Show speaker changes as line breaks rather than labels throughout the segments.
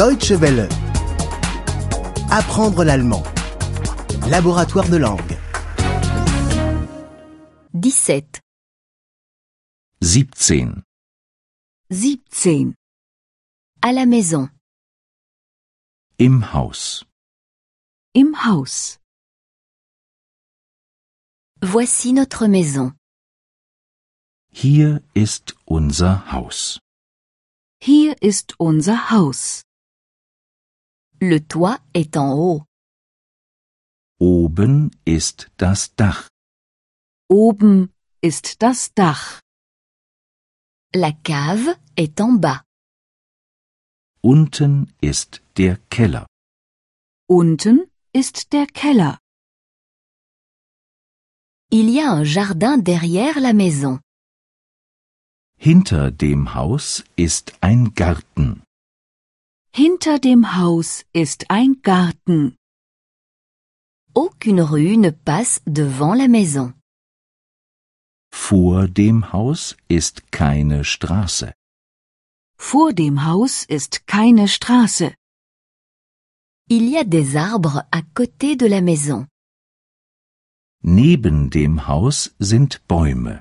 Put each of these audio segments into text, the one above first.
Deutsche Welle. Apprendre l'allemand. Laboratoire de langue.
17.
17.
17. À la maison.
Im Haus.
Im Haus. Voici notre maison.
Hier ist unser Haus.
Hier ist unser Haus. Le toit est en haut.
Oben ist das Dach.
Oben ist das Dach. La cave est en bas.
Unten ist der Keller.
Unten ist der Keller. Il y a un jardin derrière la maison.
Hinter dem Haus ist ein Garten.
Hinter dem Haus ist ein Garten. Aucune rue ne passe devant la maison.
Vor dem Haus ist keine Straße.
Vor dem Haus ist keine Straße. Il y a des arbres à côté de la maison.
Neben dem Haus sind Bäume.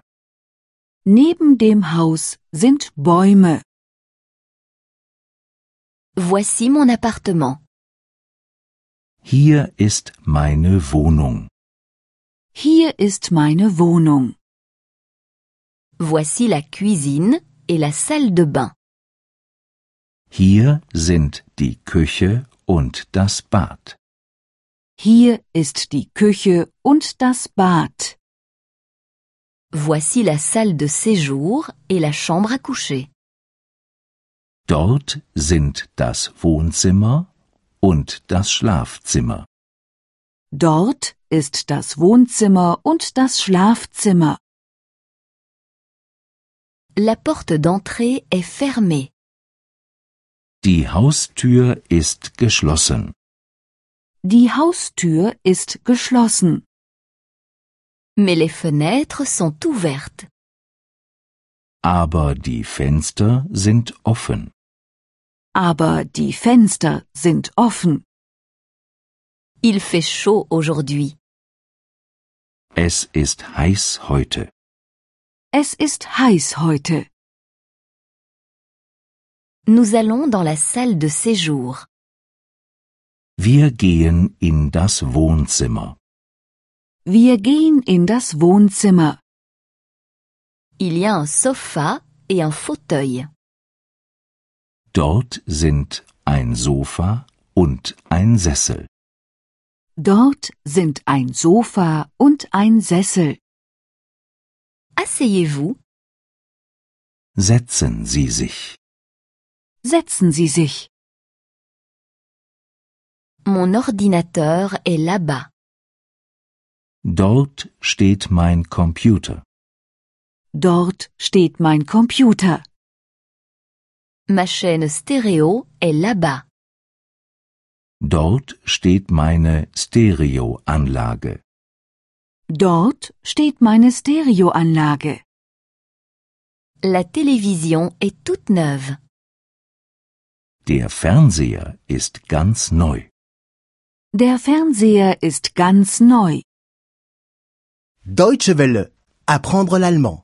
Neben dem Haus sind Bäume. Voici mon appartement.
Hier ist meine Wohnung.
Hier ist meine Wohnung. Voici la cuisine et la salle de bain.
Hier sind die Küche und das Bad.
Hier ist die Küche und das Bad. Voici la salle de séjour et la chambre à coucher.
Dort sind das Wohnzimmer und das Schlafzimmer.
Dort ist das Wohnzimmer und das Schlafzimmer. La porte d'entrée est fermée.
Die Haustür ist geschlossen.
Die Haustür ist geschlossen. Mais les fenêtres sont ouvertes.
Aber die Fenster sind offen.
Aber die Fenster sind offen. Il fait chaud aujourd'hui.
Es ist heiß heute.
Es ist heiß heute. Nous allons dans la salle de séjour.
Wir gehen in das Wohnzimmer.
Wir gehen in das Wohnzimmer. Il y a un sofa et un fauteuil.
Dort sind ein Sofa und ein Sessel.
Dort sind ein Sofa und ein Sessel. Asseyez-vous,
Setzen Sie sich.
setzen Sie sich. Mon ordinateur est là-bas.
Dort steht mein Computer.
Dort steht mein Computer. Ma chaîne stéréo est là-bas.
Dort steht meine Stereoanlage.
Dort steht meine Stereoanlage. La télévision est toute neuve.
Der Fernseher ist ganz neu.
Der Fernseher ist ganz neu.
Deutsche Welle. Apprendre l'allemand.